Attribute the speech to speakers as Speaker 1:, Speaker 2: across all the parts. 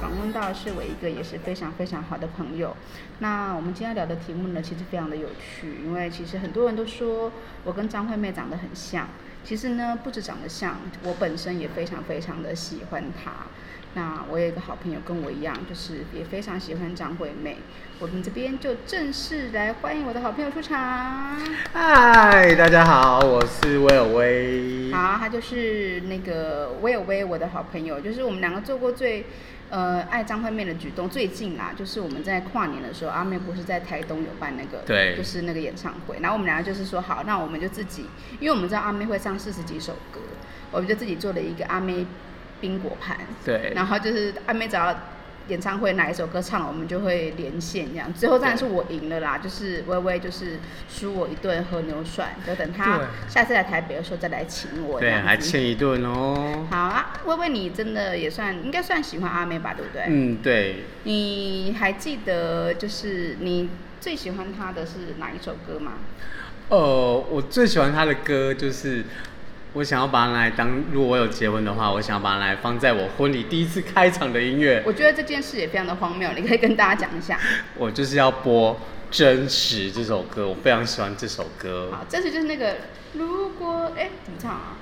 Speaker 1: 访问到是我一个也是非常非常好的朋友。那我们今天聊的题目呢，其实非常的有趣，因为其实很多人都说我跟张惠妹长得很像，其实呢不止长得像，我本身也非常非常的喜欢她。那我有一个好朋友跟我一样，就是也非常喜欢张惠妹。我们这边就正式来欢迎我的好朋友出场。
Speaker 2: 嗨，大家好，我是威尔威。
Speaker 1: 好，他就是那个威尔威，我的好朋友，就是我们两个做过最呃爱张惠妹的举动。最近啦，就是我们在跨年的时候，阿妹不是在台东有办那个
Speaker 2: 对
Speaker 1: 就是那个演唱会，然后我们两个就是说好，那我们就自己，因为我们知道阿妹会唱四十几首歌，我们就自己做了一个阿妹冰果盘，
Speaker 2: 对，
Speaker 1: 然后就是阿妹只要演唱会哪一首歌唱，我们就会连线这样。最后当然是我赢了啦，就是微微就是输我一顿和牛涮，就等她
Speaker 2: 对
Speaker 1: 下次来台北的时候再来请我这
Speaker 2: 对，
Speaker 1: 样子。
Speaker 2: 还欠一顿哦。
Speaker 1: 好啊，微微你真的也算应该算喜欢阿妹吧，对不对？
Speaker 2: 嗯，对，
Speaker 1: 你还记得就是你最喜欢她的是哪一首歌吗？
Speaker 2: 呃，我最喜欢他的歌就是，我想要把它拿来当，如果我有结婚的话，我想要把它拿来放在我婚礼第一次开场的音乐，
Speaker 1: 我觉得这件事也非常的荒谬，你可以跟大家讲一下。
Speaker 2: 我就是要播《真实》这首歌，我非常喜欢这首歌。
Speaker 1: 好，这是就是那个如果哎、怎么唱啊？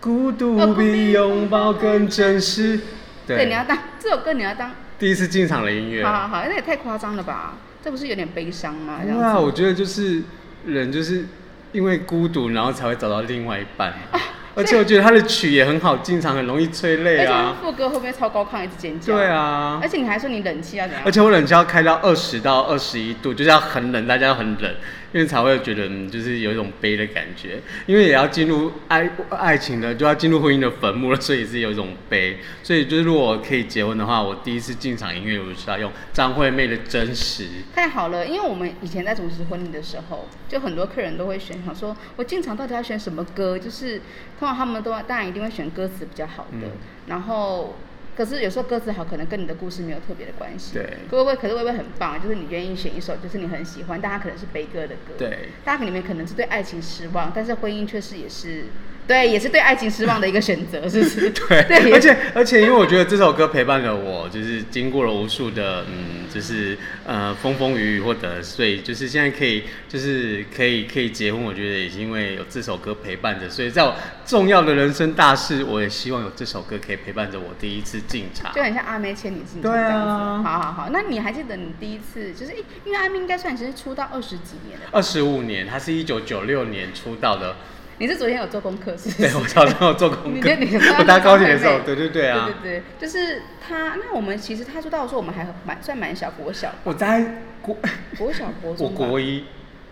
Speaker 2: 孤独比拥抱更真实。
Speaker 1: 对，你要当这首歌你要当
Speaker 2: 第一次进场的音乐。
Speaker 1: 好好好，那也太夸张了吧？这不是有点悲伤吗？这
Speaker 2: 对啊，
Speaker 1: 样
Speaker 2: 我
Speaker 1: 子。
Speaker 2: 觉得就是人就是因为孤独，然后才会找到另外一半。
Speaker 1: 啊
Speaker 2: 而且我觉得他的曲也很好，经常很容易催
Speaker 1: 而
Speaker 2: 泪
Speaker 1: 且他
Speaker 2: 啊。
Speaker 1: 副歌后面超高亢，一直尖叫。
Speaker 2: 对。啊哎
Speaker 1: 而，且你还说你冷气要啊怎样
Speaker 2: 而？且我冷气要开到二十到二十一度，就是要很冷，大家要很冷，因为才会觉得嗯就是有一种悲的感觉。因为也要进入爱爱情的，就要进入婚姻的坟墓了，所以是有一种悲。所以就是如果我可以结婚的话，我第一次进场音乐我就是要用张惠妹的《真实》。
Speaker 1: 太好了，因为我们以前在主持婚礼的时候，就很多客人都会选，想说我进场到底要选什么歌？就是通常他们都当然一定会选歌词比较好的，
Speaker 2: 嗯
Speaker 1: 然后可是有时候歌词好，可能跟你的故事没有特别的关系。
Speaker 2: 对
Speaker 1: 微微可是微微很棒，就是你愿意选一首就是你很喜欢，但它可能是悲歌的歌。
Speaker 2: 对，
Speaker 1: 大家里面可能是对爱情失望，但是婚姻却是也是对，也是对爱情失望的一个选择，是不是？
Speaker 2: 对，
Speaker 1: 对，
Speaker 2: 而且而且，因为我觉得这首歌陪伴了我，就是经过了无数的嗯，就是呃风风雨雨，或者所以就是现在可以就是可以可以结婚，我觉得也是因为有这首歌陪伴着，所以在我重要的人生大事，我也希望有这首歌可以陪伴着我第一次进场
Speaker 1: 就。很像阿妹牵你进场
Speaker 2: 对
Speaker 1: 这
Speaker 2: 啊
Speaker 1: 样子。好好好，那你还记得你第一次就是，诶因为阿妹应该算是出道二十几年了吧。
Speaker 2: 二十五年，他是一九九六年出道的，
Speaker 1: 你是昨天有做功课是不
Speaker 2: 对
Speaker 1: 是？
Speaker 2: 我早上有做功
Speaker 1: 你
Speaker 2: 课
Speaker 1: 觉得你很棒，
Speaker 2: 我搭高铁的时候，
Speaker 1: 很
Speaker 2: 对对对啊，
Speaker 1: 对对对，就是他。那我们其实他出道的时候，我们还蛮算蛮小，国小、
Speaker 2: 我在国
Speaker 1: 国小、国
Speaker 2: 我
Speaker 1: 中吧。
Speaker 2: 国一，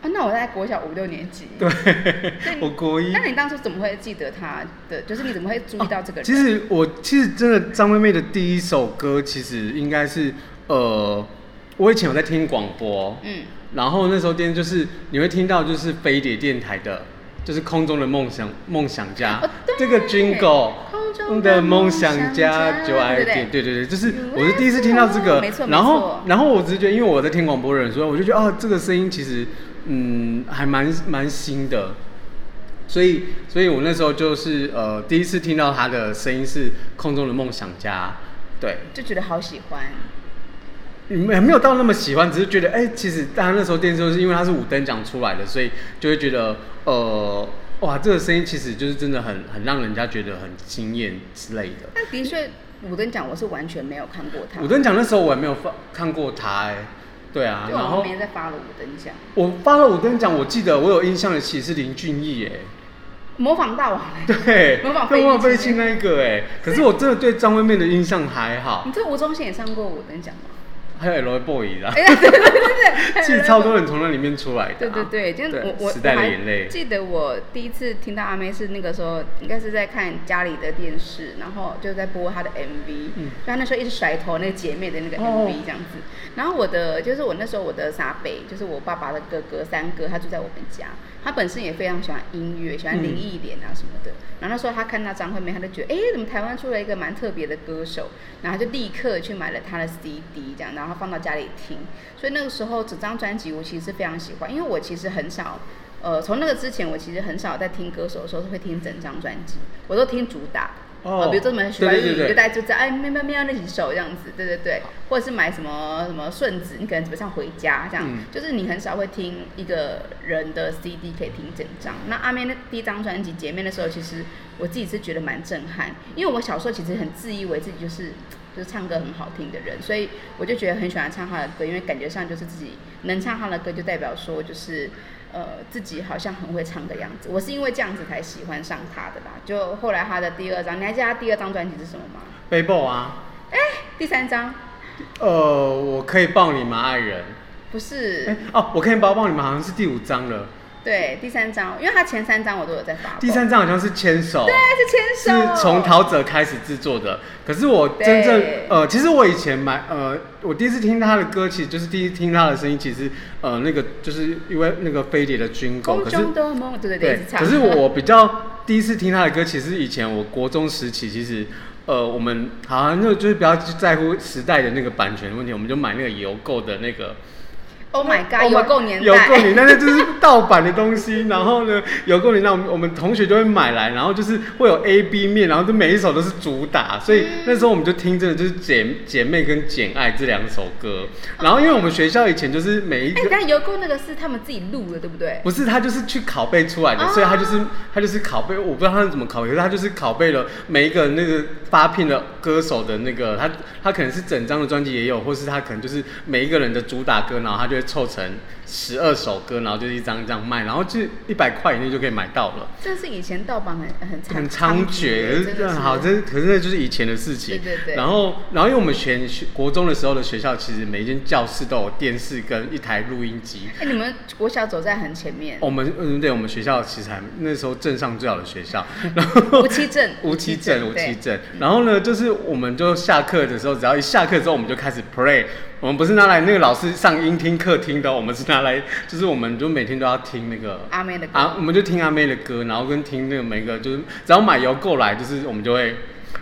Speaker 1: 啊，那我在国小五六年级。
Speaker 2: 对
Speaker 1: 对，
Speaker 2: 我国一
Speaker 1: 那。你当初怎么会记得他的？就是你怎么会注意到这个人？
Speaker 2: 哦其实我其实真的张惠妹的第一首歌，其实应该是呃，我以前有在听广播，
Speaker 1: 嗯，
Speaker 2: 然后那时候电就是你会听到就是飞碟电台的，就是空中的梦想梦想家、
Speaker 1: 哦对
Speaker 2: 这个 Jingle。
Speaker 1: 空中
Speaker 2: 空
Speaker 1: 的
Speaker 2: 的
Speaker 1: 梦
Speaker 2: 梦
Speaker 1: 想
Speaker 2: 想
Speaker 1: 家
Speaker 2: 家就爱
Speaker 1: 对不
Speaker 2: 点，
Speaker 1: 对？
Speaker 2: 对对对，就是
Speaker 1: 嗯
Speaker 2: 我是第一次听到这个
Speaker 1: 没错，
Speaker 2: 然后
Speaker 1: 没错
Speaker 2: 然后我只是觉得，因为我在听广播的人说，我就觉得哦，这个声音其实嗯还蛮蛮新的，所以，所以我那时候就是呃，第一次听到他的声音是《空中的梦想家》，对，
Speaker 1: 就觉得好喜欢。
Speaker 2: 没没有到那么喜欢，只是觉得哎、其实大家那时候电视就是因为他是五等奖出来的，所以就会觉得呃，哇，这个声音其实就是真的很很让人家觉得很惊艳之类的。
Speaker 1: 但的确，五等奖我是完全没有看过他。
Speaker 2: 五等奖那时候我也没有放看过他、哎，对啊，
Speaker 1: 就我
Speaker 2: 然
Speaker 1: 后
Speaker 2: 后
Speaker 1: 面在发了五等奖，
Speaker 2: 我发了五等奖，我记得我有印象的其实是林俊逸、哎。
Speaker 1: 模仿大王。
Speaker 2: 对，
Speaker 1: 模仿
Speaker 2: 对模仿
Speaker 1: 费玉
Speaker 2: 费
Speaker 1: 清
Speaker 2: 清那一个哎、可是我真的对张惠妹的印象还 好
Speaker 1: 你，对吴宗宪也上过五等奖吗？
Speaker 2: 还有 L Boy 啦，
Speaker 1: 哎呀，对对对对 对，
Speaker 2: 其实超多人从那里面出来
Speaker 1: 对
Speaker 2: 的啊、
Speaker 1: 对对，就是我我
Speaker 2: 时代
Speaker 1: 我
Speaker 2: 的
Speaker 1: 还
Speaker 2: 眼泪，
Speaker 1: 记得我第一次听到阿妹是那个时候，应该是在看家里的电视，然后就在播她的 MV，
Speaker 2: 嗯
Speaker 1: 就她那时候一直甩头那个姐妹的那个
Speaker 2: 哦
Speaker 1: MV 这样子。然后我的就是我那时候我的傻北，就是我爸爸的哥哥三哥，他住在我们家，他本身也非常喜欢音乐，喜欢林忆莲啊什么的。然后那时候他看到张惠妹，他就觉得哎、诶怎么台湾出了一个蛮特别的歌手？然后他就立刻去买了他的 CD，这样，然后放到家里听。所以那个时候整张专辑我其实是非常喜欢，因为我其实很少，呃，从那个之前我其实很少在听歌手的时候是会听整张专辑，我都听主打。
Speaker 2: 哦
Speaker 1: 呃比如说什么喜欢日
Speaker 2: 对对
Speaker 1: 语，
Speaker 2: 对对
Speaker 1: 你就大家就在哎喵喵喵那几首这样子，对对对，或者是买什么什么顺子，你可能怎么像回家这样，
Speaker 2: 嗯
Speaker 1: 就是你很少会听一个人的 CD 可以听整张。那阿妹那第一张专辑《姐妹》的时候，其实我自己是觉得蛮震撼，因为我小时候其实很自以为自己就是。就是唱歌很好听的人，所以我就觉得很喜欢唱他的歌，因为感觉上就是自己能唱他的歌，就代表说就是呃自己好像很会唱的样子。我是因为这样子才喜欢上他的啦。就后来他的第二张，你还记得他第二张专辑是什么吗？
Speaker 2: 背包啊，
Speaker 1: 第三张
Speaker 2: 呃，我可以抱你吗，爱人？
Speaker 1: 不
Speaker 2: 哎、
Speaker 1: 是，
Speaker 2: 哦，我可以抱抱你吗？好像是第五章了，
Speaker 1: 对，第三张，因为他前三张我都有在发过。
Speaker 2: 第三章好像是牵手。
Speaker 1: 对是牵手，
Speaker 2: 是从陶喆开始制作的。可是我真正
Speaker 1: 对
Speaker 2: 呃，其实我以前买呃，我第一次听他的歌，其实就是第一次听他的声音，其实呃，那个就是因为那个飞碟的军购，
Speaker 1: 空
Speaker 2: 可是
Speaker 1: 中的梦，对对对，一直唱。
Speaker 2: 可是我比较第一次听他的歌，其实以前我国中时期，其实呃，我们好像就就是不要去在乎时代的那个版权问题，我们就买那个邮购的那个。
Speaker 1: Oh my
Speaker 2: Oh my-
Speaker 1: God，有够年代，
Speaker 2: 有够年代，那就是盗版的东西。然后呢，有够年代，我们我们同学就会买来，然后就是会有 A、B 面，然后就每一首都是主打，所
Speaker 1: 嗯
Speaker 2: 以那时候我们就听真的就是姐姐妹跟简爱这两首歌。然后因为我们学校以前就是每一
Speaker 1: 哎、
Speaker 2: 个。
Speaker 1: 但邮购那个是他们自己录的，对不对？
Speaker 2: 不是，他就是去拷贝出来的，
Speaker 1: 哦
Speaker 2: 所以他就是他就是拷贝，我不知道他是怎么拷贝，可是他就是拷贝了每一个那个发片的歌手的那个，他他可能是整张的专辑也有，或是他可能就是每一个人的主打歌，然后他就会凑成十二首歌，然后就是一张一张卖，然后就一百块以内就可以买到了。
Speaker 1: 这是以前盗版很很
Speaker 2: 很
Speaker 1: 猖獗，
Speaker 2: 猖獗，
Speaker 1: 真
Speaker 2: 这
Speaker 1: 的
Speaker 2: 样
Speaker 1: 是
Speaker 2: 好，这可是那就是以前的事情。
Speaker 1: 对对对
Speaker 2: 然后，然后因为我们选学国中的时候的学校，其实每一间教室都有电视跟一台录音机。
Speaker 1: 哎、你们国小走在很前面，
Speaker 2: 我们嗯，对我们学校其实还那时候镇上最好的学校，
Speaker 1: 无 期镇，
Speaker 2: 无期镇，无
Speaker 1: 对
Speaker 2: 期镇。然后呢，就是我们就下课的时候，只要一下课之后，我们就开始 play。我们不是拿来那个老师上音听课听的哦，我们是拿来，就是我们就每天都要听那个
Speaker 1: 阿妹的歌
Speaker 2: 啊，我们就听阿妹的歌，然后跟听那个每个就是只要买邮购来，就是我们就会。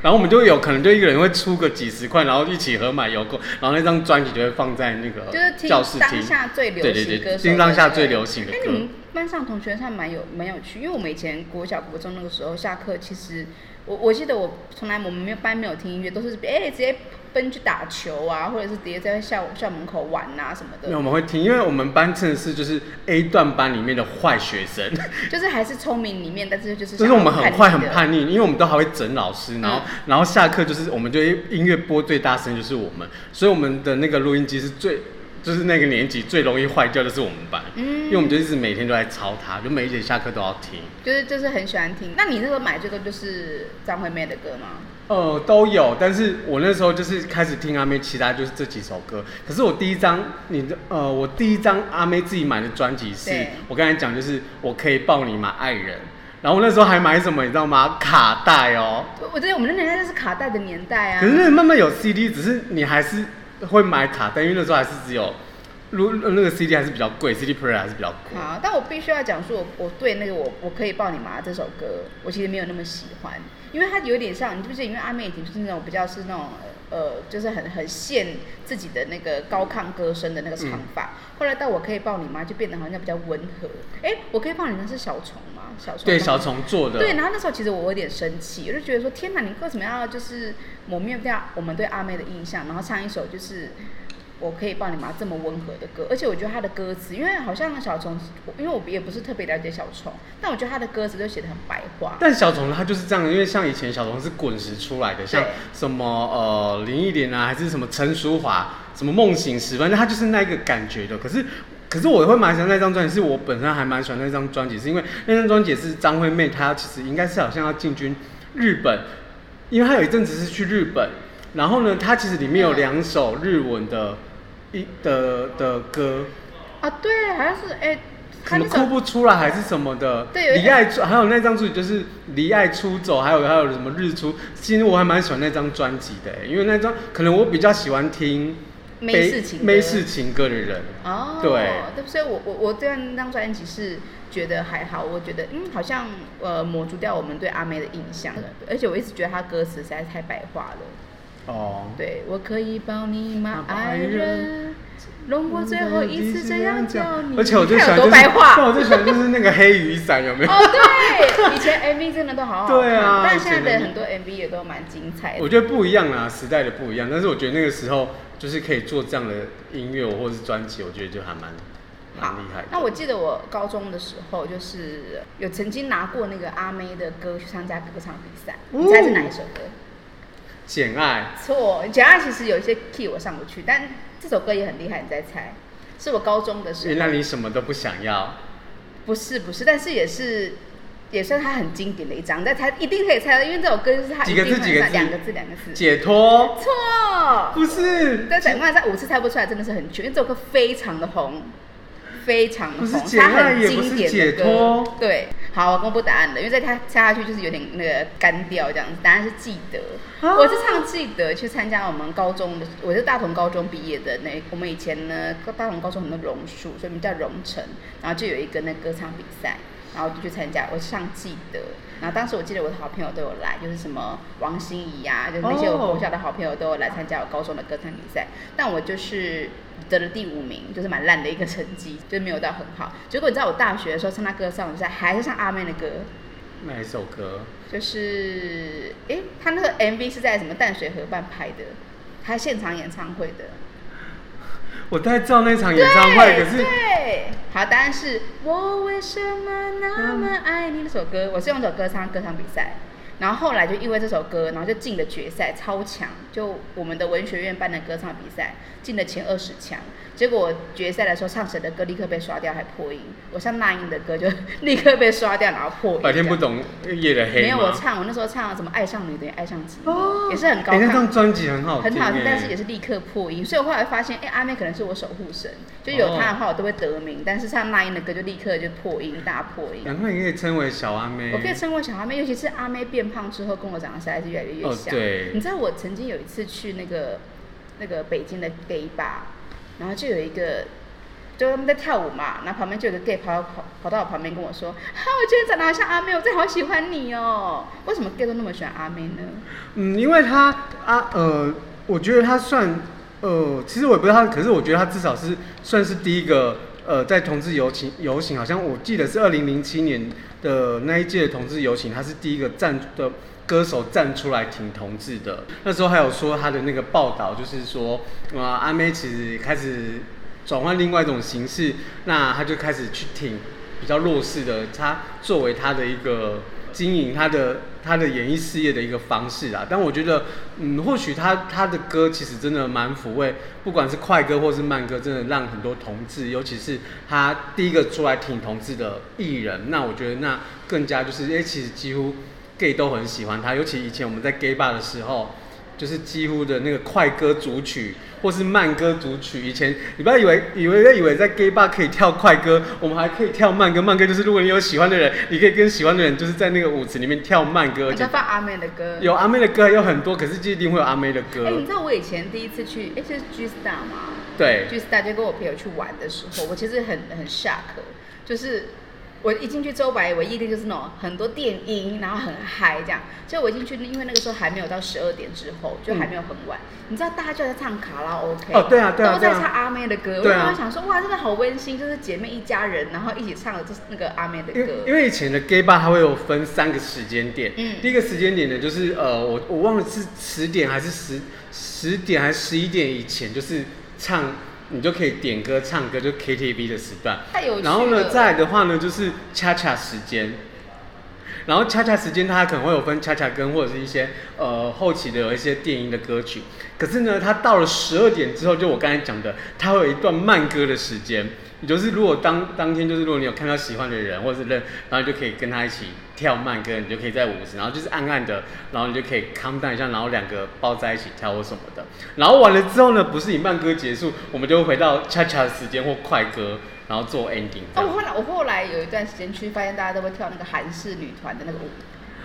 Speaker 2: 然后我们就有可能就一个人会出个几十块，然后一起合买邮购，然后那张专辑就会放在那个
Speaker 1: 就是听
Speaker 2: 教室听。
Speaker 1: 当下最流
Speaker 2: 对
Speaker 1: 行
Speaker 2: 对
Speaker 1: 歌
Speaker 2: 对，
Speaker 1: 手
Speaker 2: 听
Speaker 1: 的
Speaker 2: 当下
Speaker 1: 歌
Speaker 2: 最流行的歌
Speaker 1: 哎、。你们班上同学还蛮有蛮有趣，因为我们以前国小国中那个时候下课，其实我我记得我从来我们没有班没有听音乐，都是哎、直接奔去打球啊，或者是直接在校校门口玩啊什么
Speaker 2: 那
Speaker 1: 的，
Speaker 2: 我们会听，因为我们班真的是就是 A 段班里面的坏学生，
Speaker 1: 就是还是聪明里面，但是 嗯就是
Speaker 2: 就是
Speaker 1: 想
Speaker 2: 我
Speaker 1: 要
Speaker 2: 们很坏很
Speaker 1: 的
Speaker 2: 叛逆，因为我们都还会整老师，然后、然后下课就是我们就会音乐播最大声就是我们，所以我们的那个录音机是最就是那个年级最容易坏掉的是我们班，
Speaker 1: 嗯
Speaker 2: 因为我们就一直每天都在抄它，就每一节下课都要听。
Speaker 1: 就是就是很喜欢听。那你那时候买最多就是张惠妹的歌吗？
Speaker 2: 呃，都有，但是我那时候就是开始听阿妹，其他就是这几首歌。可是我第一张，你的呃，我第一张阿妹自己买的专辑是
Speaker 1: 对，
Speaker 2: 我刚才讲就是我可以抱你吗，爱人。然后我那时候还买什么，你知道吗？卡带哦。
Speaker 1: 我我觉得我们那年代就是卡带的年代啊。
Speaker 2: 可是那慢慢有 CD，只是你还是会买卡带，因为那时候还是只有，如那个 CD 还是比较贵，CD player 还是比较贵。
Speaker 1: 好，但我必须要讲说，我我对那个我我可以抱你妈这首歌，我其实没有那么喜欢，因为它有点像，你记不记得？因为阿妹已经是那种比较是那种呃，就是很很限自己的那个高亢歌声的那个
Speaker 2: 嗯
Speaker 1: 唱法。后来到我可以抱你妈，就变得好像比较温和。哎、我可以抱你妈是小虫吗？小虫
Speaker 2: 对，
Speaker 1: 吗
Speaker 2: 小虫做的。
Speaker 1: 对，然后那时候其实我有点生气，我就觉得说天哪，你为什么要就是抹灭掉我们对阿妹的印象，然后唱一首就是我可以抱你妈这么温和的歌，而且我觉得她的歌词，因为好像小虫，因为我也不是特别了解小虫，但我觉得她的歌词都写的很白话。
Speaker 2: 但小虫它就是这样，因为像以前小虫是滚石出来的，像
Speaker 1: 对
Speaker 2: 什么呃林忆莲啊，还是什么陈淑桦，什么梦醒时分，它就是那个感觉的。可是，可是我会蛮喜欢那张专辑，是我本身还蛮喜欢那张专辑，是因为那张专辑是张惠妹，她其实应该是好像要进军日本，因为她有一阵子是去日本，然后呢，她其实里面有
Speaker 1: 嗯
Speaker 2: 两首日文的一的的歌，
Speaker 1: 啊，对，好像是哎，
Speaker 2: 可
Speaker 1: 她
Speaker 2: 能
Speaker 1: 那
Speaker 2: 哭
Speaker 1: 首
Speaker 2: 不出来还是什么的。
Speaker 1: 对有一
Speaker 2: 离爱出，还有那张专辑就是《离爱出走》，还有还有什么日出。其实我还蛮喜欢那张专辑的、欸因为那张可能我比较喜欢听
Speaker 1: 没
Speaker 2: 悲
Speaker 1: 事情歌
Speaker 2: 没事情歌的人。
Speaker 1: 哦，
Speaker 2: 对
Speaker 1: 对，所以我我我对那张专辑是觉得还好，我觉得嗯，好像呃抹除掉我们对阿妹的印象，而且我一直觉得她歌词实在太白话了。
Speaker 2: 哦，
Speaker 1: 对，我可以抱你吗，
Speaker 2: 爱
Speaker 1: 爱
Speaker 2: 人嗯
Speaker 1: 人？龙国最后一次这样叫你，
Speaker 2: 而且我最喜
Speaker 1: 看
Speaker 2: 欢
Speaker 1: 有
Speaker 2: 就
Speaker 1: 多
Speaker 2: 是，
Speaker 1: 白话。
Speaker 2: 但我最喜欢就是那个黑雨 伞，有没有？
Speaker 1: 哦，对，以前 MV 真的都好好看，
Speaker 2: 对啊
Speaker 1: 但现在
Speaker 2: 以前
Speaker 1: 的
Speaker 2: MV
Speaker 1: 很多 MV 也都蛮精彩的
Speaker 2: 我。觉得不一样啦，时代的不一样。但是我觉得那个时候就是可以做这样的音乐或是专辑，我觉得就还蛮蛮
Speaker 1: 好
Speaker 2: 厉害的。
Speaker 1: 那我记得我高中的时候，就是有曾经拿过那个阿妹的歌去参加歌唱比赛，
Speaker 2: 哦
Speaker 1: 你猜是哪一首歌？
Speaker 2: 简爱
Speaker 1: 错，简爱其实有一些 key 我上不去，但这首歌也很厉害，你再猜，是我高中的时
Speaker 2: 原
Speaker 1: 候
Speaker 2: 来，你什么都不想要，
Speaker 1: 不是不是，但是也是也算它很经典的一张，但猜一定可以猜到，因为这首歌就是它
Speaker 2: 几
Speaker 1: 一
Speaker 2: 个
Speaker 1: 定
Speaker 2: 字
Speaker 1: 很
Speaker 2: 几个字
Speaker 1: 两个字两个字，
Speaker 2: 解脱
Speaker 1: 错，
Speaker 2: 不是
Speaker 1: 但整个猜五次猜不出来，真的是很糗，因为这首歌非常的红。非常的
Speaker 2: 不是
Speaker 1: 红，
Speaker 2: 简
Speaker 1: 它
Speaker 2: 爱
Speaker 1: 很
Speaker 2: 也不
Speaker 1: 经
Speaker 2: 是
Speaker 1: 典
Speaker 2: 解
Speaker 1: 的歌
Speaker 2: 脱。
Speaker 1: 对，好，我公布答案了，因为在它猜下去就是有点那个干掉这样子。答案是记得，
Speaker 2: 啊
Speaker 1: 我是唱记得去参加我们高中的，我是大同高中毕业的那，我们以前呢大同高中很多榕树，所以我们叫榕城，然后就有一个那歌唱比赛，然后我就去参加，我上记得。然后当时我记得我的好朋友都有来，就是什么王心怡呀、就是那些我
Speaker 2: 哦
Speaker 1: 国小的好朋友都有来参加我高中的歌唱比赛，但我就是得了第五名，就是蛮烂的一个成绩，就没有到很好。结果你知道我大学的时候参加歌唱比赛，还是唱阿妹的歌，
Speaker 2: 哪一首歌？
Speaker 1: 就是诶，他那个 MV 是在什么淡水河畔拍的，他现场演唱会的。
Speaker 2: 我在照那场演唱会，
Speaker 1: 对
Speaker 2: 可是
Speaker 1: 对，好，答案是我为什么那么爱你那首歌，我是用这首歌唱歌唱比赛，然后后来就因为这首歌，然后就进了决赛，超强，就我们的文学院办的歌唱比赛进了前二十强，结果决赛的时候唱谁的歌立刻被刷掉，还破音，我唱那英的歌就 立刻被刷掉，然后破音，
Speaker 2: 白天不。懂夜的黑
Speaker 1: 没有，我
Speaker 2: 吗
Speaker 1: 唱，我那时候唱什么《爱上你等于爱上寂寞》
Speaker 2: 哦
Speaker 1: 也是很高
Speaker 2: 哎
Speaker 1: 亢。
Speaker 2: 那张专辑很好听，
Speaker 1: 很好听
Speaker 2: 哎，
Speaker 1: 但是也是立刻破音，所以我后来发现，哎、阿妹可能是我守护神，就
Speaker 2: 哦
Speaker 1: 有她的话我都会得名，但是唱那英的歌就立刻就破音，大破音。
Speaker 2: 难怪你可以称为小阿妹。
Speaker 1: 我可以称为小阿妹，尤其是阿妹变胖之后，跟我长得实在是越来越
Speaker 2: 哦
Speaker 1: 像。
Speaker 2: 对
Speaker 1: 你知道我曾经有一次去那个那个北京的 gay bar，然后就有一个。就他们在跳舞嘛，然后旁边就有个 gay 跑到跑跑到我旁边跟我说：“啊，我觉得你长得好像阿妹，我真的好喜欢你哦。”为什么 gay 都那么喜欢阿妹呢？
Speaker 2: 嗯，因为他啊呃，我觉得他算呃，其实我也不知道他，可是我觉得他至少是算是第一个呃，在同志游行游行，好像我记得是二零零七年的那一届的同志游行，他是第一个站的歌手站出来挺同志的。那时候还有说他的那个报道，就是说啊、呃阿妹其实开始转换另外一种形式，那他就开始去挺比较弱势的，他作为他的一个经营他的他的演艺事业的一个方式啊。但我觉得，嗯，或许他他的歌其实真的蛮抚慰，不管是快歌或是慢歌，真的让很多同志，尤其是他第一个出来挺同志的艺人，那我觉得那更加就是，哎、其实几乎 gay 都很喜欢他，尤其以前我们在 gay bar 的时候。就是几乎的那个快歌组曲或是慢歌组曲。以前你不要以为以为以为在 gay bar 可以跳快歌，我们还可以跳慢歌。慢歌就是如果你有喜欢的人，你可以跟喜欢的人就是在那个舞池里面跳慢歌，
Speaker 1: 我
Speaker 2: 而
Speaker 1: 在
Speaker 2: 且
Speaker 1: 放阿妹的歌。
Speaker 2: 有阿妹的歌有很多，可是就一定会有阿妹的
Speaker 1: 哎、你
Speaker 2: 歌
Speaker 1: 知。道我以前第一次去，哎、就是 G Star 吗？
Speaker 2: 对，
Speaker 1: G Star 就跟我朋友去玩的时候，我其实很很 shock，就是我一进去之后，本来以为夜店就是那种很多电音，然后很嗨这样。结果我一进去，因为那个时候还没有到十二点之后，就还没有很晚。你知道大家就在唱卡拉 OK，
Speaker 2: 嗯哦对啊对啊
Speaker 1: 都在
Speaker 2: 对啊
Speaker 1: 唱阿妹的歌。
Speaker 2: 对啊
Speaker 1: 我当时想说，哇，真的好温馨，就是姐妹一家人，然后一起唱的就是那个阿妹的
Speaker 2: 因为
Speaker 1: 歌。
Speaker 2: 因为以前的 gay bar 它会有分三个时间点，
Speaker 1: 嗯
Speaker 2: 第一个时间点呢就是呃，我我忘了是十点还是十十点还是十一点以前，就是唱你就可以点歌唱歌，就 KTV 的时段。
Speaker 1: 太有趣了。
Speaker 2: 然后呢，再来的话呢，就是恰恰时间。然后恰恰时间，它可能会有分恰恰跟或者是一些呃后期的有一些电音的歌曲。可是呢，它到了十二点之后，就我刚才讲的，它会有一段慢歌的时间。你就是如果当当天就是如果你有看到喜欢的人或者是认，然后你就可以跟他一起跳慢歌，你就可以在舞池，然后就是暗暗的，然后你就可以 calm down 一下，然后两个抱在一起跳或什么的。然后完了之后呢，不是以慢歌结束，我们就会回到恰恰的时间或快歌，然后做 ending 这
Speaker 1: 哦，
Speaker 2: 样。
Speaker 1: 我后来我后来有一段时间去，发现大家都会跳那个韩式女团的那个舞，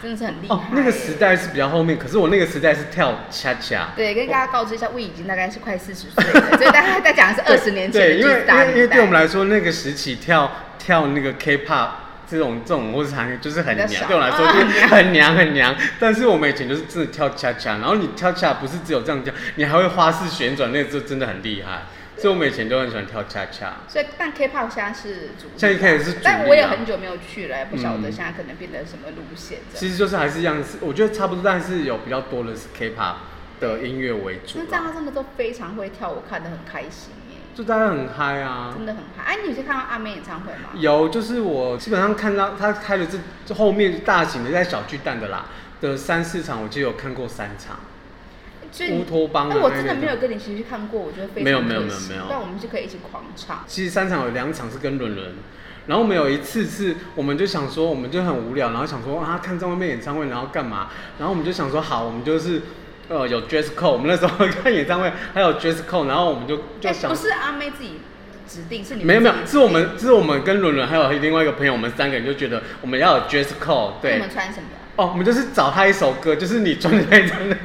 Speaker 1: 真的是很厉害、
Speaker 2: 哦，那个时。代是比较后面，可是我那个时代是跳恰恰。
Speaker 1: 对，跟大家告知一下，魏已经大概是快四十岁了，所以 大家在讲的是二十年前的
Speaker 2: 对，因为
Speaker 1: 巨
Speaker 2: 因
Speaker 1: 大
Speaker 2: 为因为
Speaker 1: 年代
Speaker 2: 对我们来说，那个时期跳跳那个 K-pop 这种这种或是韩语就是很
Speaker 1: 比较
Speaker 2: 娘，
Speaker 1: 少
Speaker 2: 对我来说 就
Speaker 1: 啊
Speaker 2: 是很娘很娘。但是我们以前就是真的跳恰恰，然后你跳恰不是只有这样跳，你还会花式旋转，那个就真的很厉害。所以我们以前都很喜欢跳恰恰。
Speaker 1: 所以，但 K-pop 现在是主，
Speaker 2: 现在开始是主力啊
Speaker 1: 但我也很久没有去了，不晓得
Speaker 2: 嗯
Speaker 1: 现在可能变成什么路线这样。
Speaker 2: 其实就是还是一样，是我觉得差不多，但是有比较多的是 K-pop 的音乐为主
Speaker 1: 那这样他
Speaker 2: 啦，
Speaker 1: 真的都非常会跳舞，看得很开心耶，
Speaker 2: 就大家很嗨啊。
Speaker 1: 真的很嗨。哎、你有去看到阿妹演唱会吗？
Speaker 2: 有，就是我基本上看到他开的这后面大型的在小巨蛋的啦的三四场，我就有看过三场。
Speaker 1: 所以你
Speaker 2: 乌托邦啊
Speaker 1: 哎我
Speaker 2: 那
Speaker 1: 真的
Speaker 2: 个
Speaker 1: 没有跟你一起去看过，我觉得非常
Speaker 2: 没有没有
Speaker 1: 可
Speaker 2: 没有
Speaker 1: 惜
Speaker 2: 没有
Speaker 1: 但我们就可以一起狂唱。
Speaker 2: 其实三场有两场是跟伦伦，然后我们有一次是，我们就想说，我们就很无聊，然后想说啊，看张惠妹演唱会，然后干嘛？然后我们就想说，好，我们就是呃有 dress code，我们那时候看演唱会还有 dress code，然后我们就就
Speaker 1: 哎
Speaker 2: 想
Speaker 1: 不。是阿妹自己指定，是你们
Speaker 2: 没有没有
Speaker 1: 自，己
Speaker 2: 是我们是我们跟伦伦还有另外一个朋友，我们三个人就觉得我们要有 dress code，
Speaker 1: 那你
Speaker 2: 对
Speaker 1: 们，穿什么？啊
Speaker 2: 哦，我们就是找他一首歌，就是你穿的那一张那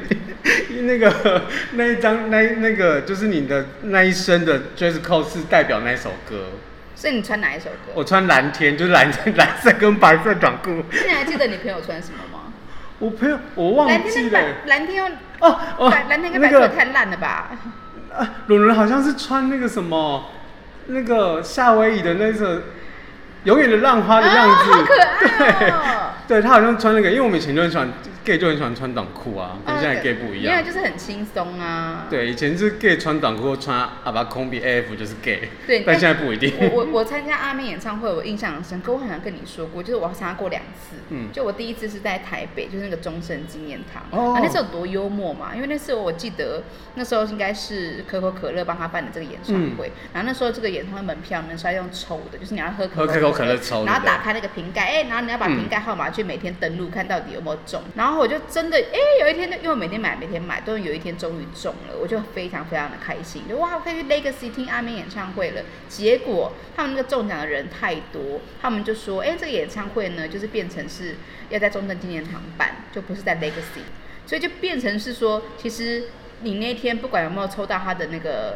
Speaker 2: 那个 那一张那那个就是你的那一身的 dress code 是代表那一首歌。
Speaker 1: 所以你穿哪一首歌？
Speaker 2: 我穿蓝天，就是蓝蓝色跟白色短裤。
Speaker 1: 那你还记得你朋友穿什么吗？
Speaker 2: 我朋友我 忘
Speaker 1: 蓝天
Speaker 2: 记
Speaker 1: 跟
Speaker 2: 了
Speaker 1: 白，蓝天跟
Speaker 2: 哦哦，
Speaker 1: 白蓝天跟白色
Speaker 2: 那个
Speaker 1: 太烂了吧？
Speaker 2: 啊，伦伦好像是穿那个什么，那个夏威夷的那个永远的浪花的样子，
Speaker 1: 啊好可爱哦
Speaker 2: 对，对他好像穿那个，因为我们以前就很喜欢 gay 就很喜欢穿短裤啊， 跟现在 gay 不一
Speaker 1: 因
Speaker 2: 样。
Speaker 1: 为就是很轻松啊。
Speaker 2: 对，以前是 gay 穿短裤穿阿巴空比 AF 就是 gay，
Speaker 1: 对，
Speaker 2: 但现在不一定。
Speaker 1: 我我我参加阿妹演唱会，我印象很深刻。我好像跟你说过，就是我参加过两次。
Speaker 2: 嗯
Speaker 1: 就我第一次是在台北，就是那个终身纪念堂。
Speaker 2: 哦
Speaker 1: 啊，那时候有多幽默嘛！因为那时候我记得，那时候应该是可口可乐帮他办的这个演唱会。
Speaker 2: 嗯
Speaker 1: 然后那时候这个演唱会门票呢是要用抽的，就是你要喝
Speaker 2: 喝可口可乐抽
Speaker 1: 然
Speaker 2: 对
Speaker 1: 后
Speaker 2: 不对
Speaker 1: 打开那个瓶盖，哎、然后你要把
Speaker 2: 嗯
Speaker 1: 瓶盖号码去每天登录，看到底有没有中。然后我就真的，哎、有一天就因为我每天买，每天买，都有一天终于中了，我就非常非常的开心，就哇，我可以去 Legacy 听阿妹演唱会了。结果他们那个中奖的人太多，他们就说，哎、这个演唱会呢，就是变成是要在中正纪念堂办，就不是在 Legacy，所以就变成是说，其实你那天不管有没有抽到他的那个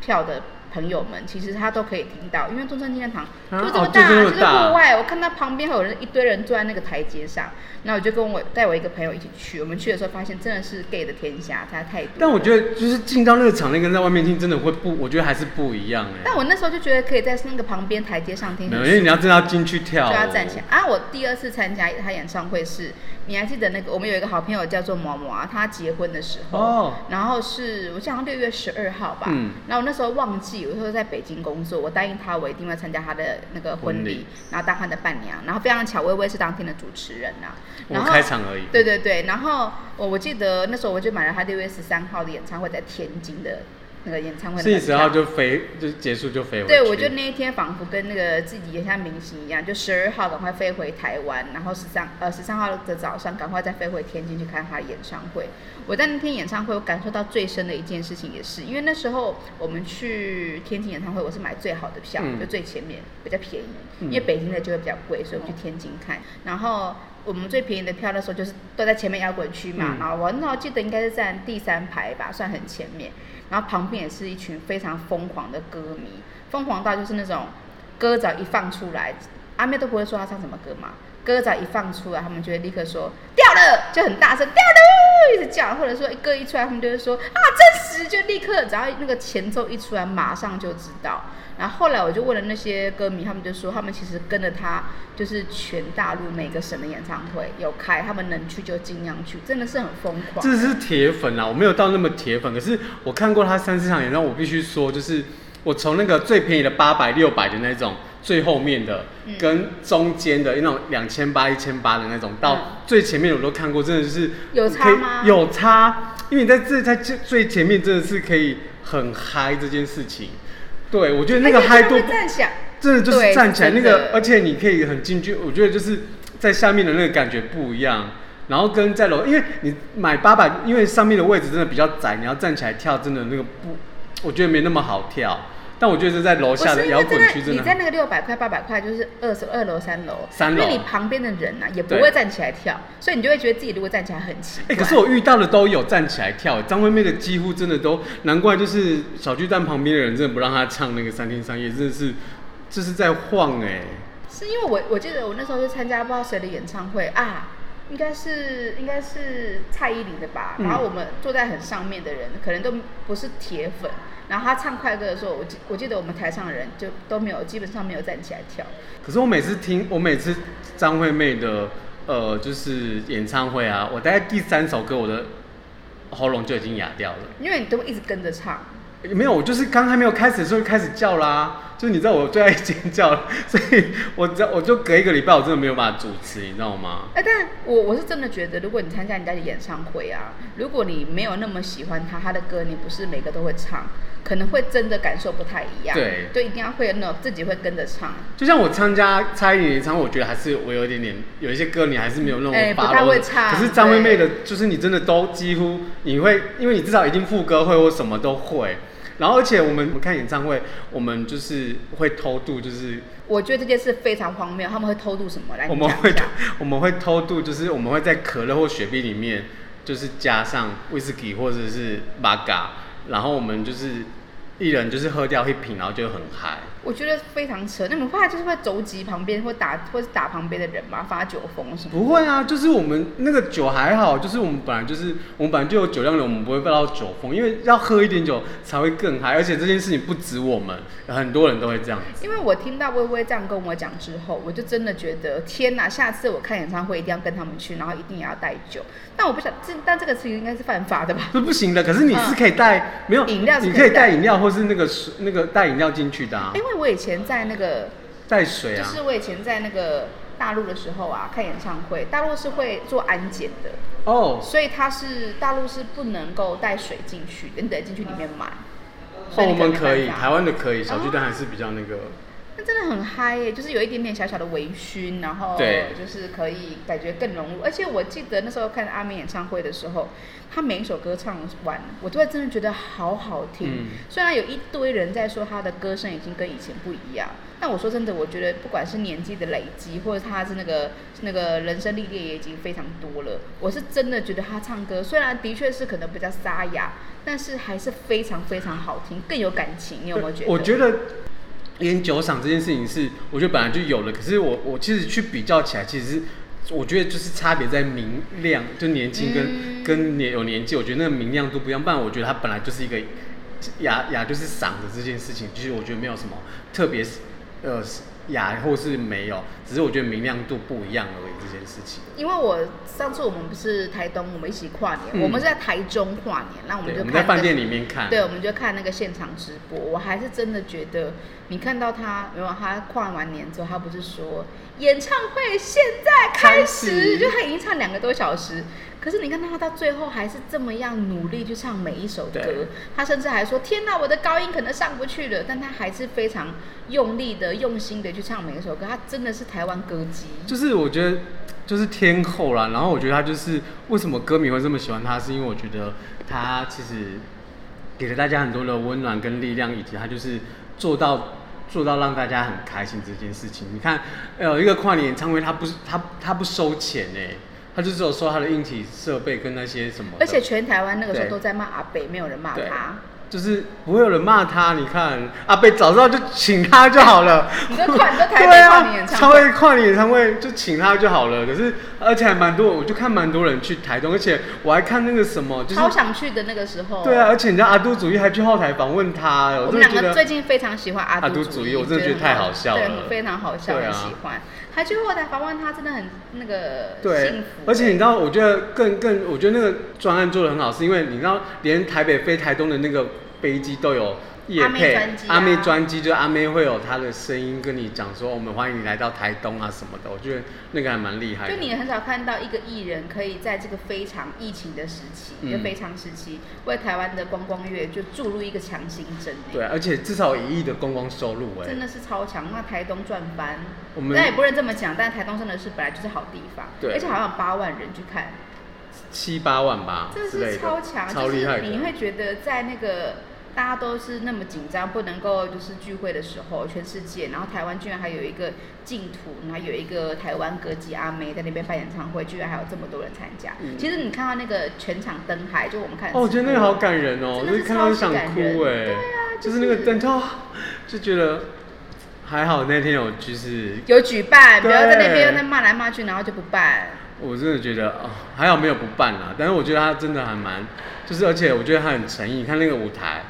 Speaker 1: 票的。朋友们，其实他都可以听到，因为中正纪念堂
Speaker 2: 啊
Speaker 1: 就这么
Speaker 2: 哦
Speaker 1: 大，
Speaker 2: 就这么
Speaker 1: 是
Speaker 2: 大
Speaker 1: 户外。哎，我看到旁边还有人一堆人坐在那个台阶上，然后我就跟我带我一个朋友一起去。我们去的时候发现真的是 gay 的天下，他太多。
Speaker 2: 但我觉得就是进到那个场内跟在外面听真的会不，我觉得还是不一样哎、
Speaker 1: 但我那时候就觉得可以在那个旁边台阶上听
Speaker 2: 没
Speaker 1: 很
Speaker 2: 有，
Speaker 1: 舒服，
Speaker 2: 因为你要真的要进去跳、
Speaker 1: 就
Speaker 2: 哦，
Speaker 1: 要站起来啊！我第二次参加他演唱会是，你还记得那个我们有一个好朋友叫做毛毛啊，他结婚的时候，
Speaker 2: 哦
Speaker 1: 然后是我记得好像六月十二号吧，
Speaker 2: 嗯
Speaker 1: 然后我那时候忘记，我说在北京工作，我答应他我一定会参加他的那个婚
Speaker 2: 婚
Speaker 1: 礼
Speaker 2: 礼，
Speaker 1: 然后当他的伴娘，然后非常巧，薇薇是当天的主持人呐、
Speaker 2: 我
Speaker 1: 然后
Speaker 2: 开场而已
Speaker 1: 对对对，然后我我记得那时候我就买了他六月十三号的演唱会在天津的那个演唱会的
Speaker 2: 所以
Speaker 1: 门
Speaker 2: 只要
Speaker 1: 票。
Speaker 2: 就飞，就结束就飞回去。
Speaker 1: 对，我就那一天仿佛跟那个自己也像明星一样，就十二号赶快飞回台湾，然后十三呃十三号的早上赶快再飞回天津去看他的演唱会。我在那天演唱会，我感受到最深的一件事情，也是因为那时候我们去天津演唱会，我是买最好的票，
Speaker 2: 嗯
Speaker 1: 就最前面比较便宜，
Speaker 2: 嗯
Speaker 1: 因为北京的就会比较贵，所以我们去天津看，然后。我们最便宜的票那时候就是都在前面摇滚区嘛，
Speaker 2: 嗯
Speaker 1: 然后我那我记得应该是站第三排吧，算很前面。然后旁边也是一群非常疯狂的歌迷，疯狂到就是那种歌只要一放出来，阿妹都不会说她唱什么歌嘛，歌只要一放出来，他们就会立刻说掉了，就很大声掉了，一直叫，或者说歌一出来，他们就会说啊真实，就立刻只要那个前奏一出来，马上就知道。然后后来我就问了那些歌迷，他们就说他们其实跟着他，就是全大陆每个省的演唱会有开，他们能去就尽量去，真的是很疯狂。
Speaker 2: 这是铁粉啊啦，我没有到那么铁粉，可是我看过他三四场演唱会，我必须说，就是我从那个最便宜的八百、六百的那种，最后面的，
Speaker 1: 嗯
Speaker 2: 跟中间的那种两千八、一千八的那种，
Speaker 1: 嗯
Speaker 2: 到最前面我都看过，真的就是
Speaker 1: 有差
Speaker 2: 可以
Speaker 1: 吗
Speaker 2: 有差，因为你在这在最最前面真的是可以很嗨这件事情，对我觉得那个
Speaker 1: 而且
Speaker 2: 嗨
Speaker 1: 哎他
Speaker 2: 度
Speaker 1: 会。站起来
Speaker 2: 真的就是
Speaker 1: 对
Speaker 2: 站起来那
Speaker 1: 真
Speaker 2: 个
Speaker 1: 的，
Speaker 2: 而且你可以很近距，我觉得就是在下面的那个感觉不一样。然后跟在楼，因为你买八百，因为上面的位置真的比较窄，你要站起来跳，真的那个不，我觉得没那么好跳。但我觉得是在楼
Speaker 1: 不
Speaker 2: 下
Speaker 1: 是
Speaker 2: 的
Speaker 1: 因
Speaker 2: 摇
Speaker 1: 为
Speaker 2: 滚
Speaker 1: 真的
Speaker 2: 区真
Speaker 1: 你
Speaker 2: 的
Speaker 1: 在
Speaker 2: 很，
Speaker 1: 那个六百块、八百块，就是二十二楼、三楼，
Speaker 2: 三楼
Speaker 1: 因为你旁边的人呐、啊也不
Speaker 2: 对
Speaker 1: 会站起来跳，所以你就会觉得自己如果站起来很奇
Speaker 2: 哎、
Speaker 1: 怪。
Speaker 2: 可是我遇到的都有站起来跳，张惠妹的几乎真的都，难怪就是小巨蛋旁边的人真的不让她唱那个三天三夜，真的是，这是在晃哎、
Speaker 1: 是因为我我记得我那时候去参加不知道谁的演唱会啊，应该是应该是蔡依林的吧。
Speaker 2: 嗯
Speaker 1: 然后我们坐在很上面的人，可能都不是铁粉，然后他唱快歌的时候，我记我记得我们台上的人就都没有，基本上没有站起来跳。
Speaker 2: 可是我每次听，我每次张惠妹的呃，就是演唱会啊，我大概第三首歌，我的喉咙就已经哑掉了。
Speaker 1: 因为你都一直跟着唱，
Speaker 2: 欸没有，我就是刚还没有开始的时候就开始叫啦，就是你知道我最爱尖叫 了，所以我只要我就隔一个礼拜我真的没有办法主持，你知道吗？
Speaker 1: 哎，但我我是真的觉得，如果你参加人家的演唱会啊，如果你没有那么喜欢他，他的歌你不是每个都会唱，可能会真的感受不太一样。
Speaker 2: 对
Speaker 1: 就一定要会有那种自己会跟着唱。
Speaker 2: 就像我参加蔡依林演唱会，我觉得还是我有一点点有一些歌你还是没有那
Speaker 1: 哎
Speaker 2: 种
Speaker 1: 不
Speaker 2: 把
Speaker 1: 太
Speaker 2: 握
Speaker 1: 会
Speaker 2: 的
Speaker 1: 唱
Speaker 2: 可是张惠妹
Speaker 1: 对
Speaker 2: 的，就是你真的都几乎你会，因为你至少一定副歌会或什么都会。然后而且我们我们看演唱会，我们就是会偷渡，就是
Speaker 1: 我觉得这件事非常荒谬，他们会偷渡什么来？
Speaker 2: 我
Speaker 1: 你
Speaker 2: 们
Speaker 1: 讲一
Speaker 2: 会
Speaker 1: 下。
Speaker 2: 我们会偷渡，就是我们会在可乐或雪碧里面，就是加上威士忌或者是 v 嘎，然后我们就是一人就是喝掉一瓶，然后就很嗨。
Speaker 1: 我觉得非常扯，那你们怕就是会肘击旁边或打或是打旁边的人吗？发酒疯什么？
Speaker 2: 不会啊，就是我们那个酒还好，就是我们本来就是我们本来就有酒量的，我们不会被到酒疯，因为要喝一点酒才会更嗨。而且这件事情不止我们，很多人都会这样。
Speaker 1: 因为我听到微微这样跟我讲之后，我就真的觉得天哪！下次我看演唱会一定要跟他们去，然后一定也要带酒。但我不想这，但这个事情应该是犯法的吧？
Speaker 2: 是不行的，可是你是可以带、没有
Speaker 1: 饮料是
Speaker 2: 你
Speaker 1: 可以
Speaker 2: 可以带
Speaker 1: 带
Speaker 2: 饮料或是那个水那个带饮料进去的、啊，
Speaker 1: 因为我以前在那个，
Speaker 2: 带水
Speaker 1: 就
Speaker 2: 啊。
Speaker 1: 是我以前在那个大陆的时候啊，看演唱会，大陆是会做安检的，
Speaker 2: 哦，
Speaker 1: 所以它是大陆是不能够带水进去的，你得进去里面买。所
Speaker 2: 哦，
Speaker 1: 以
Speaker 2: 我
Speaker 1: 你能
Speaker 2: 们
Speaker 1: 没
Speaker 2: 可以，
Speaker 1: 办法
Speaker 2: 台湾的可以，小巨蛋还是比较那个。
Speaker 1: 那真的很嗨耶、就是有一点点小小的微醺，然后
Speaker 2: 对
Speaker 1: 就是可以感觉更融入。而且我记得那时候看阿明演唱会的时候，他每一首歌唱完，我都会真的觉得好好听。
Speaker 2: 嗯
Speaker 1: 虽然有一堆人在说他的歌声已经跟以前不一样，但我说真的，我觉得不管是年纪的累积，或者他是那个那个人生历练也已经非常多了。我是真的觉得他唱歌虽然的确是可能比较沙哑，但是还是非常非常好听，更有感情。你有没有觉得？
Speaker 2: 我觉得连酒厂这件事情是，我觉得本来就有了，可是我我其实去比较起来，其实是我觉得就是差别在明亮，就年轻跟、
Speaker 1: 嗯
Speaker 2: 跟年有年纪，我觉得那个明亮度不一样。不然我觉得它本来就是一个哑哑就是嗓子这件事情，其实我觉得没有什么特别呃哑或是没有，只是我觉得明亮度不一样而已这件事情。
Speaker 1: 因为我上次我们不是台东，我们一起跨年，
Speaker 2: 嗯
Speaker 1: 我们是在台中跨年，那我们
Speaker 2: 对，
Speaker 1: 就
Speaker 2: 我
Speaker 1: 看、那
Speaker 2: 们
Speaker 1: 个
Speaker 2: 在饭店里面看，
Speaker 1: 对，我们就看那个现场直播。我还是真的觉得，你看到他没有？他跨完年之后，他不是说演唱会现在开
Speaker 2: 开
Speaker 1: 始，
Speaker 2: 始
Speaker 1: 就他已经唱两个多小时。可是你看到他到最后还是这么样努力去唱每一首歌
Speaker 2: 对，
Speaker 1: 他甚至还说：“天哪，我的高音可能上不去了。”但他还是非常用力的、用心的去唱每一首歌。他真的是台湾歌姬。
Speaker 2: 就是我觉得就是天后啦，然后我觉得他就是为什么歌迷会这么喜欢他，是因为我觉得他其实给了大家很多的温暖跟力量，以及他就是做到做到让大家很开心这件事情。你看，呃，一个跨年演唱会，他不是他他不收钱呢、他就只有收他的硬体设备跟那些什么的，
Speaker 1: 而且全台湾那个时候
Speaker 2: 对
Speaker 1: 都在骂阿北，没有人骂
Speaker 2: 对
Speaker 1: 他。
Speaker 2: 就是不会有人骂他。你看，啊阿贝早知道就请他就好了。
Speaker 1: 你在跨你在台北
Speaker 2: 对
Speaker 1: 跨年
Speaker 2: 啊，
Speaker 1: 演唱
Speaker 2: 超
Speaker 1: 会
Speaker 2: 会跨年演唱会就请他就好了。可是而且还蛮多，我就看蛮多人去台东，而且我还看那个什么，就是
Speaker 1: 超想去的那个时候，
Speaker 2: 对啊，，而且人家阿杜主义还去后台访问他，
Speaker 1: 我们
Speaker 2: 真的
Speaker 1: 两
Speaker 2: 觉
Speaker 1: 个最
Speaker 2: 得
Speaker 1: 近非常喜欢阿
Speaker 2: 阿
Speaker 1: 杜
Speaker 2: 杜
Speaker 1: 主
Speaker 2: 主
Speaker 1: 义，
Speaker 2: 义我真的
Speaker 1: 觉得
Speaker 2: 觉得
Speaker 1: 很
Speaker 2: 太好笑了
Speaker 1: 对，非常好笑，
Speaker 2: 对
Speaker 1: 很
Speaker 2: 啊
Speaker 1: 喜欢。还去后台访问他，真的很那个幸
Speaker 2: 对
Speaker 1: 福。。
Speaker 2: 而且你知道，我觉得更更，我觉得那个专案做的很好，是因为你知道，连台北飞台东的那个飞机都有。夜
Speaker 1: 阿妹
Speaker 2: 配
Speaker 1: 专机啊
Speaker 2: 阿妹专机，就是阿妹会有她的声音跟你讲说，我们欢迎你来到台东啊什么的，我觉得那个还蛮厉害的。
Speaker 1: 就你很少看到一个艺人可以在这个非常疫情的时期，
Speaker 2: 嗯
Speaker 1: 就非常时期，为台湾的观光月就注入一个强心针、欸，
Speaker 2: 对，而且至少有一亿的观光收入哎、
Speaker 1: 真的是超强，那哎台东赚翻。
Speaker 2: 我们
Speaker 1: 但也不能这么讲，但台东真的是本来就是好地方，
Speaker 2: 对
Speaker 1: 而且好像有八万人去看，
Speaker 2: 七八万吧
Speaker 1: 真的
Speaker 2: 之类
Speaker 1: 是
Speaker 2: 的，
Speaker 1: 超强，
Speaker 2: 超厉害
Speaker 1: 就是你
Speaker 2: 的。
Speaker 1: 会觉得在那个大家都是那么紧张，不能够就是聚会的时候，全世界，然后台湾居然还有一个净土，然后有一个台湾歌姬阿妹在那边办演唱会，居然还有这么多人参加。
Speaker 2: 嗯
Speaker 1: 其实你看到那个全场灯海，就我们看
Speaker 2: 哦，我觉得那个好
Speaker 1: 直播
Speaker 2: 感人哦，
Speaker 1: 真的
Speaker 2: 就是是看到就
Speaker 1: 超
Speaker 2: 想
Speaker 1: 级
Speaker 2: 哭
Speaker 1: 感人
Speaker 2: 哎、
Speaker 1: 对啊就
Speaker 2: 就是是那个灯泡，就觉得还好那天有，就是
Speaker 1: 有举办，不要在那
Speaker 2: 对
Speaker 1: 边在骂来骂去，然后就不办。
Speaker 2: 我真的觉得哦，还好没有不办啦，但是我觉得他真的还蛮，就是而且我觉得他很诚意，你看那个舞台，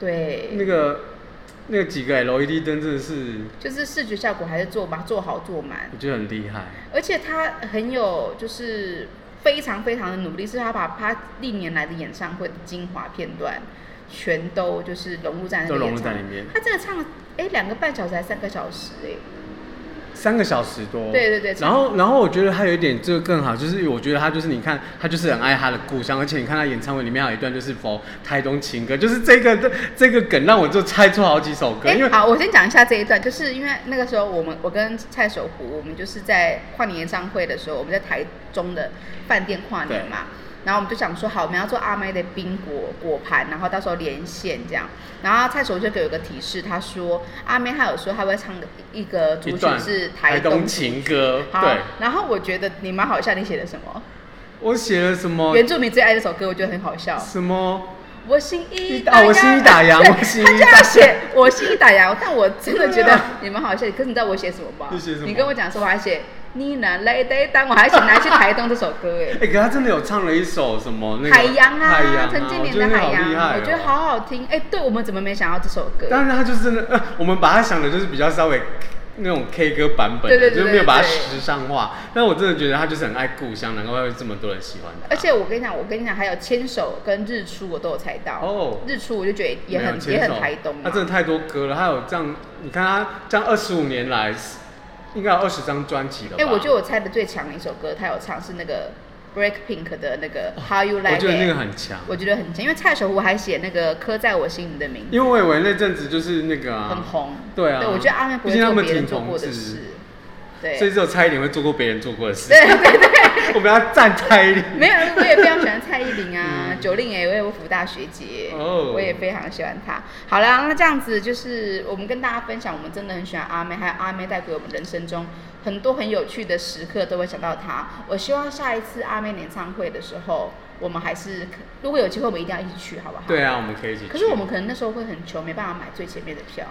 Speaker 1: 对，
Speaker 2: 那个那个几个 LED 灯真的是，
Speaker 1: 就是视觉效果还是做把它做好做满，
Speaker 2: 我觉得很厉害。
Speaker 1: 而且他很有就是非常非常的努力，是他把他历年来的演唱会的精华片段全都就是融入在那
Speaker 2: 都
Speaker 1: 个
Speaker 2: 融
Speaker 1: 演
Speaker 2: 入
Speaker 1: 唱
Speaker 2: 在里
Speaker 1: 会
Speaker 2: 面
Speaker 1: 他真的唱了哎两个半小时还是三个小时哎、
Speaker 2: 三个小时多，
Speaker 1: 对对对
Speaker 2: 然后，然后我觉得他有一点这个更好，就是我觉得他就是你看，他就是很爱他的故乡，而且你看他演唱会里面还有一段就是否台东情歌，就是这个这个梗让我就猜出好几首歌，
Speaker 1: 哎、
Speaker 2: 因为
Speaker 1: 好，我先讲一下这一段，就是因为那个时候我们我跟蔡守湖，我们就是在跨年演唱会的时候，我们在台中的饭店跨年嘛，然后我们就想说，好，我们要做阿妹的冰果果盘，然后到时候连线这样。然后蔡守湖就给我一个提示，他说阿妹她有说她会唱一个
Speaker 2: 一
Speaker 1: 主曲
Speaker 2: 段
Speaker 1: 是
Speaker 2: 台
Speaker 1: 东
Speaker 2: 东。情歌，
Speaker 1: 好
Speaker 2: 对，，
Speaker 1: 然后我觉得你蛮好笑，你写的什么？
Speaker 2: 我写了什么
Speaker 1: 原住民最爱这首歌，我觉得很好笑。
Speaker 2: 什么。
Speaker 1: 我心一
Speaker 2: 一啊我心一打 烊
Speaker 1: 对
Speaker 2: 我心一
Speaker 1: 他就要
Speaker 2: 打烊
Speaker 1: 写我心一打烊，但我真的觉
Speaker 2: 对
Speaker 1: 得
Speaker 2: 啊
Speaker 1: 你们好笑。可是你知道我写什么吗？
Speaker 2: 你写什么
Speaker 1: 你跟我讲说，我还写你哪来的当，我还写拿去台东这首歌，
Speaker 2: 哎、
Speaker 1: 哎，
Speaker 2: 可他真的有唱了一首什么 那个
Speaker 1: 海洋啊，
Speaker 2: 海洋
Speaker 1: 陈建
Speaker 2: 我
Speaker 1: 年
Speaker 2: 觉得
Speaker 1: 的海
Speaker 2: 好厉害、
Speaker 1: 洋，
Speaker 2: 哦，
Speaker 1: 我觉得好好听。哎，对我们怎么没想到这首歌？
Speaker 2: 但是他就是真的，呃，我们把它想的就是比较稍微那种 K 歌版本
Speaker 1: 对
Speaker 2: 的，
Speaker 1: 对对
Speaker 2: 就是没有把它
Speaker 1: 对对
Speaker 2: 时尚化。但我真的觉得他就是很爱故乡，难怪会这么多人喜欢他。
Speaker 1: 而且我跟你讲，我跟你讲，还有牵手跟日出，我都有猜到。
Speaker 2: 哦
Speaker 1: 日出我就觉得也
Speaker 2: 没有
Speaker 1: 很
Speaker 2: 牵
Speaker 1: 也
Speaker 2: 手啊
Speaker 1: 很台东啊嘛
Speaker 2: 他。真的太多歌了，他有这样，你看他这样二十五年来，应该有二十张专辑了吧？
Speaker 1: 哎，我觉得我猜的最强的一首歌，他有唱是那个 Break Pink 的那个 How You Like
Speaker 2: 哦我觉得
Speaker 1: It
Speaker 2: 那个很强，
Speaker 1: 我觉得很强，因为蔡守湖还写那个刻在我心里的名字，
Speaker 2: 因为我以为那阵子就是那个、啊、
Speaker 1: 很红。
Speaker 2: 对啊
Speaker 1: 对我觉得阿妹不
Speaker 2: 毕
Speaker 1: 会
Speaker 2: 竟他
Speaker 1: 做
Speaker 2: 们
Speaker 1: 别人
Speaker 2: 挺
Speaker 1: 做
Speaker 2: 同
Speaker 1: 过的
Speaker 2: 志
Speaker 1: 事。对，
Speaker 2: 所以
Speaker 1: 对
Speaker 2: 只有蔡依林会做过别人做过的事。
Speaker 1: 对对，
Speaker 2: 我们要赞蔡依林。
Speaker 1: 没有，我也非常喜欢蔡依林 啊，九令也我也我福大学姐，
Speaker 2: 嗯哦
Speaker 1: 我也非常喜欢她。好啦，那这样子就是我们跟大家分享，我们真的很喜欢阿妹，还有阿妹带给我们人生中很多很有趣的时刻，都会想到她。我希望下一次阿妹演唱会的时候，我们还是可如果有机会，我们一定要一起去，好不好？
Speaker 2: 对啊，我们可以一起去。
Speaker 1: 可是我们可能那时候会很穷，没办法买最前面的票，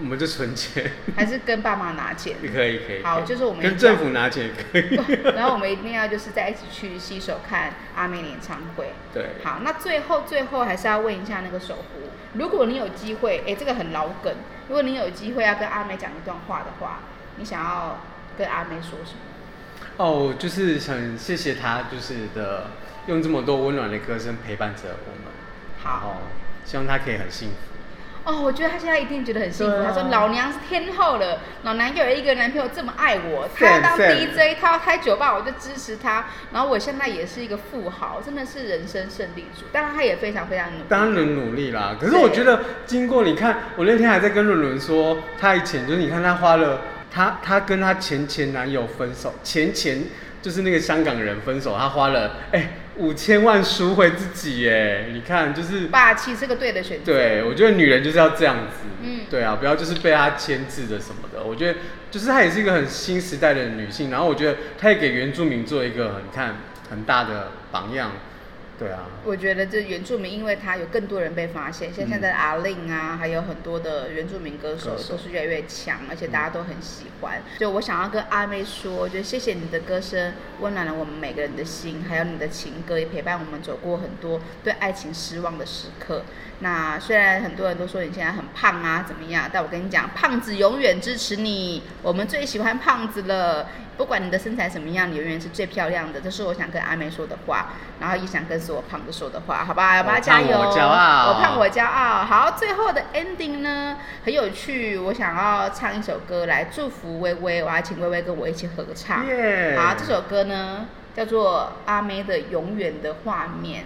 Speaker 2: 我们就存钱，
Speaker 1: 还是跟爸妈拿钱。
Speaker 2: 可以可以可以。
Speaker 1: 好就是我们
Speaker 2: 跟政府拿钱也可以。
Speaker 1: 然后我们一定要就是在一起去洗手看阿妹演唱会。
Speaker 2: 对，
Speaker 1: 好，那最后最后还是要问一下那个守护，如果你有机会，哎、这个很老梗，如果你有机会要跟阿妹讲一段话的话，你想要跟阿妹说什么？
Speaker 2: 哦，就是想谢谢他，就是的，用这么多温暖的歌声陪伴着我们。然后
Speaker 1: 好
Speaker 2: 希望他可以很幸福。
Speaker 1: 哦，我觉得她现在一定觉得很幸福。
Speaker 2: 对
Speaker 1: 她
Speaker 2: 啊
Speaker 1: 说：“老娘是天后了，老娘又有一个男朋友这么爱我，他
Speaker 2: 赞
Speaker 1: 要当
Speaker 2: 赞
Speaker 1: DJ，他要开酒吧，我就支持他。然后我现在也是一个富豪，真的是人生胜利组。当然，她也非常非常努力。
Speaker 2: 当然努力啦，可是我觉得经过你看，我那天还在跟伦伦说，她以前就是你看她花了，她她跟她前前男友分手，前前就是那个香港人分手，她花了哎五千万赎回自己哎，你看就是
Speaker 1: 霸气是个对的选择。
Speaker 2: 对，我觉得女人就是要这样子，
Speaker 1: 嗯
Speaker 2: 对啊，不要就是被她牵制的什么的。我觉得就是她也是一个很新时代的女性，然后我觉得她也给原住民做一个很看很大的榜样，对啊，
Speaker 1: 我觉得这原住民，因为他有更多人被发现，像
Speaker 2: 嗯
Speaker 1: 现在的阿令啊，还有很多的原住民歌手
Speaker 2: 歌手
Speaker 1: 都是越来越强，而且大家都很喜欢。就我想要跟阿妹说，就谢谢你的歌声温暖了我们每个人的心，还有你的情歌也陪伴我们走过很多对爱情失望的时刻。那虽然很多人都说你现在很胖啊，怎么样？但我跟你讲，胖子永远支持你，我们最喜欢胖子了。不管你的身材怎么样，你永远是最漂亮的。这是我想跟阿妹说的话，然后也想跟所有胖子说的话，好吧？好吧，
Speaker 2: 我
Speaker 1: 哦加
Speaker 2: 胖
Speaker 1: 油！
Speaker 2: 我骄傲
Speaker 1: 我胖我骄傲。啊好，最后的 ending 呢很有趣，我想要唱一首歌来祝福微微，我要请微微跟我一起合唱。
Speaker 2: 耶
Speaker 1: 好，这首歌呢叫做阿妹的《永远的画面》。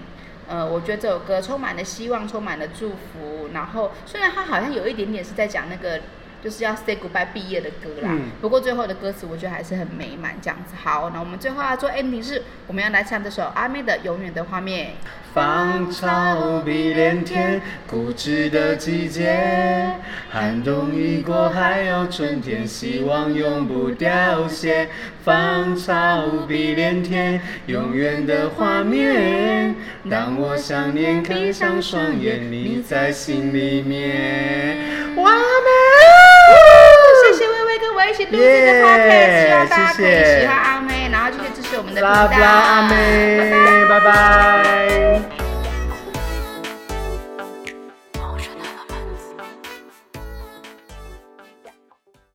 Speaker 1: 呃，我觉得这首歌充满了希望，充满了祝福。然后虽然它好像有一点点是在讲那个就是要 say goodbye 毕业的歌啦，
Speaker 2: 嗯
Speaker 1: 不过最后的歌词我觉得还是很美满这样子。好，那我们最后要做 ending 是我们要来唱这首阿妹的《永远的画面》。
Speaker 3: 芳草碧连天，固执的季节，寒冬已过，还有春天，希望永不凋谢。芳草碧连天，永远的画面。当我想念，闭上双眼，你在心里面。
Speaker 2: 哇
Speaker 1: 谢谢薇薇跟我一起录这个 podcast，希望大家可以喜欢阿妹，然后继续支持我们的频道。
Speaker 2: 啦啦阿妹，拜拜。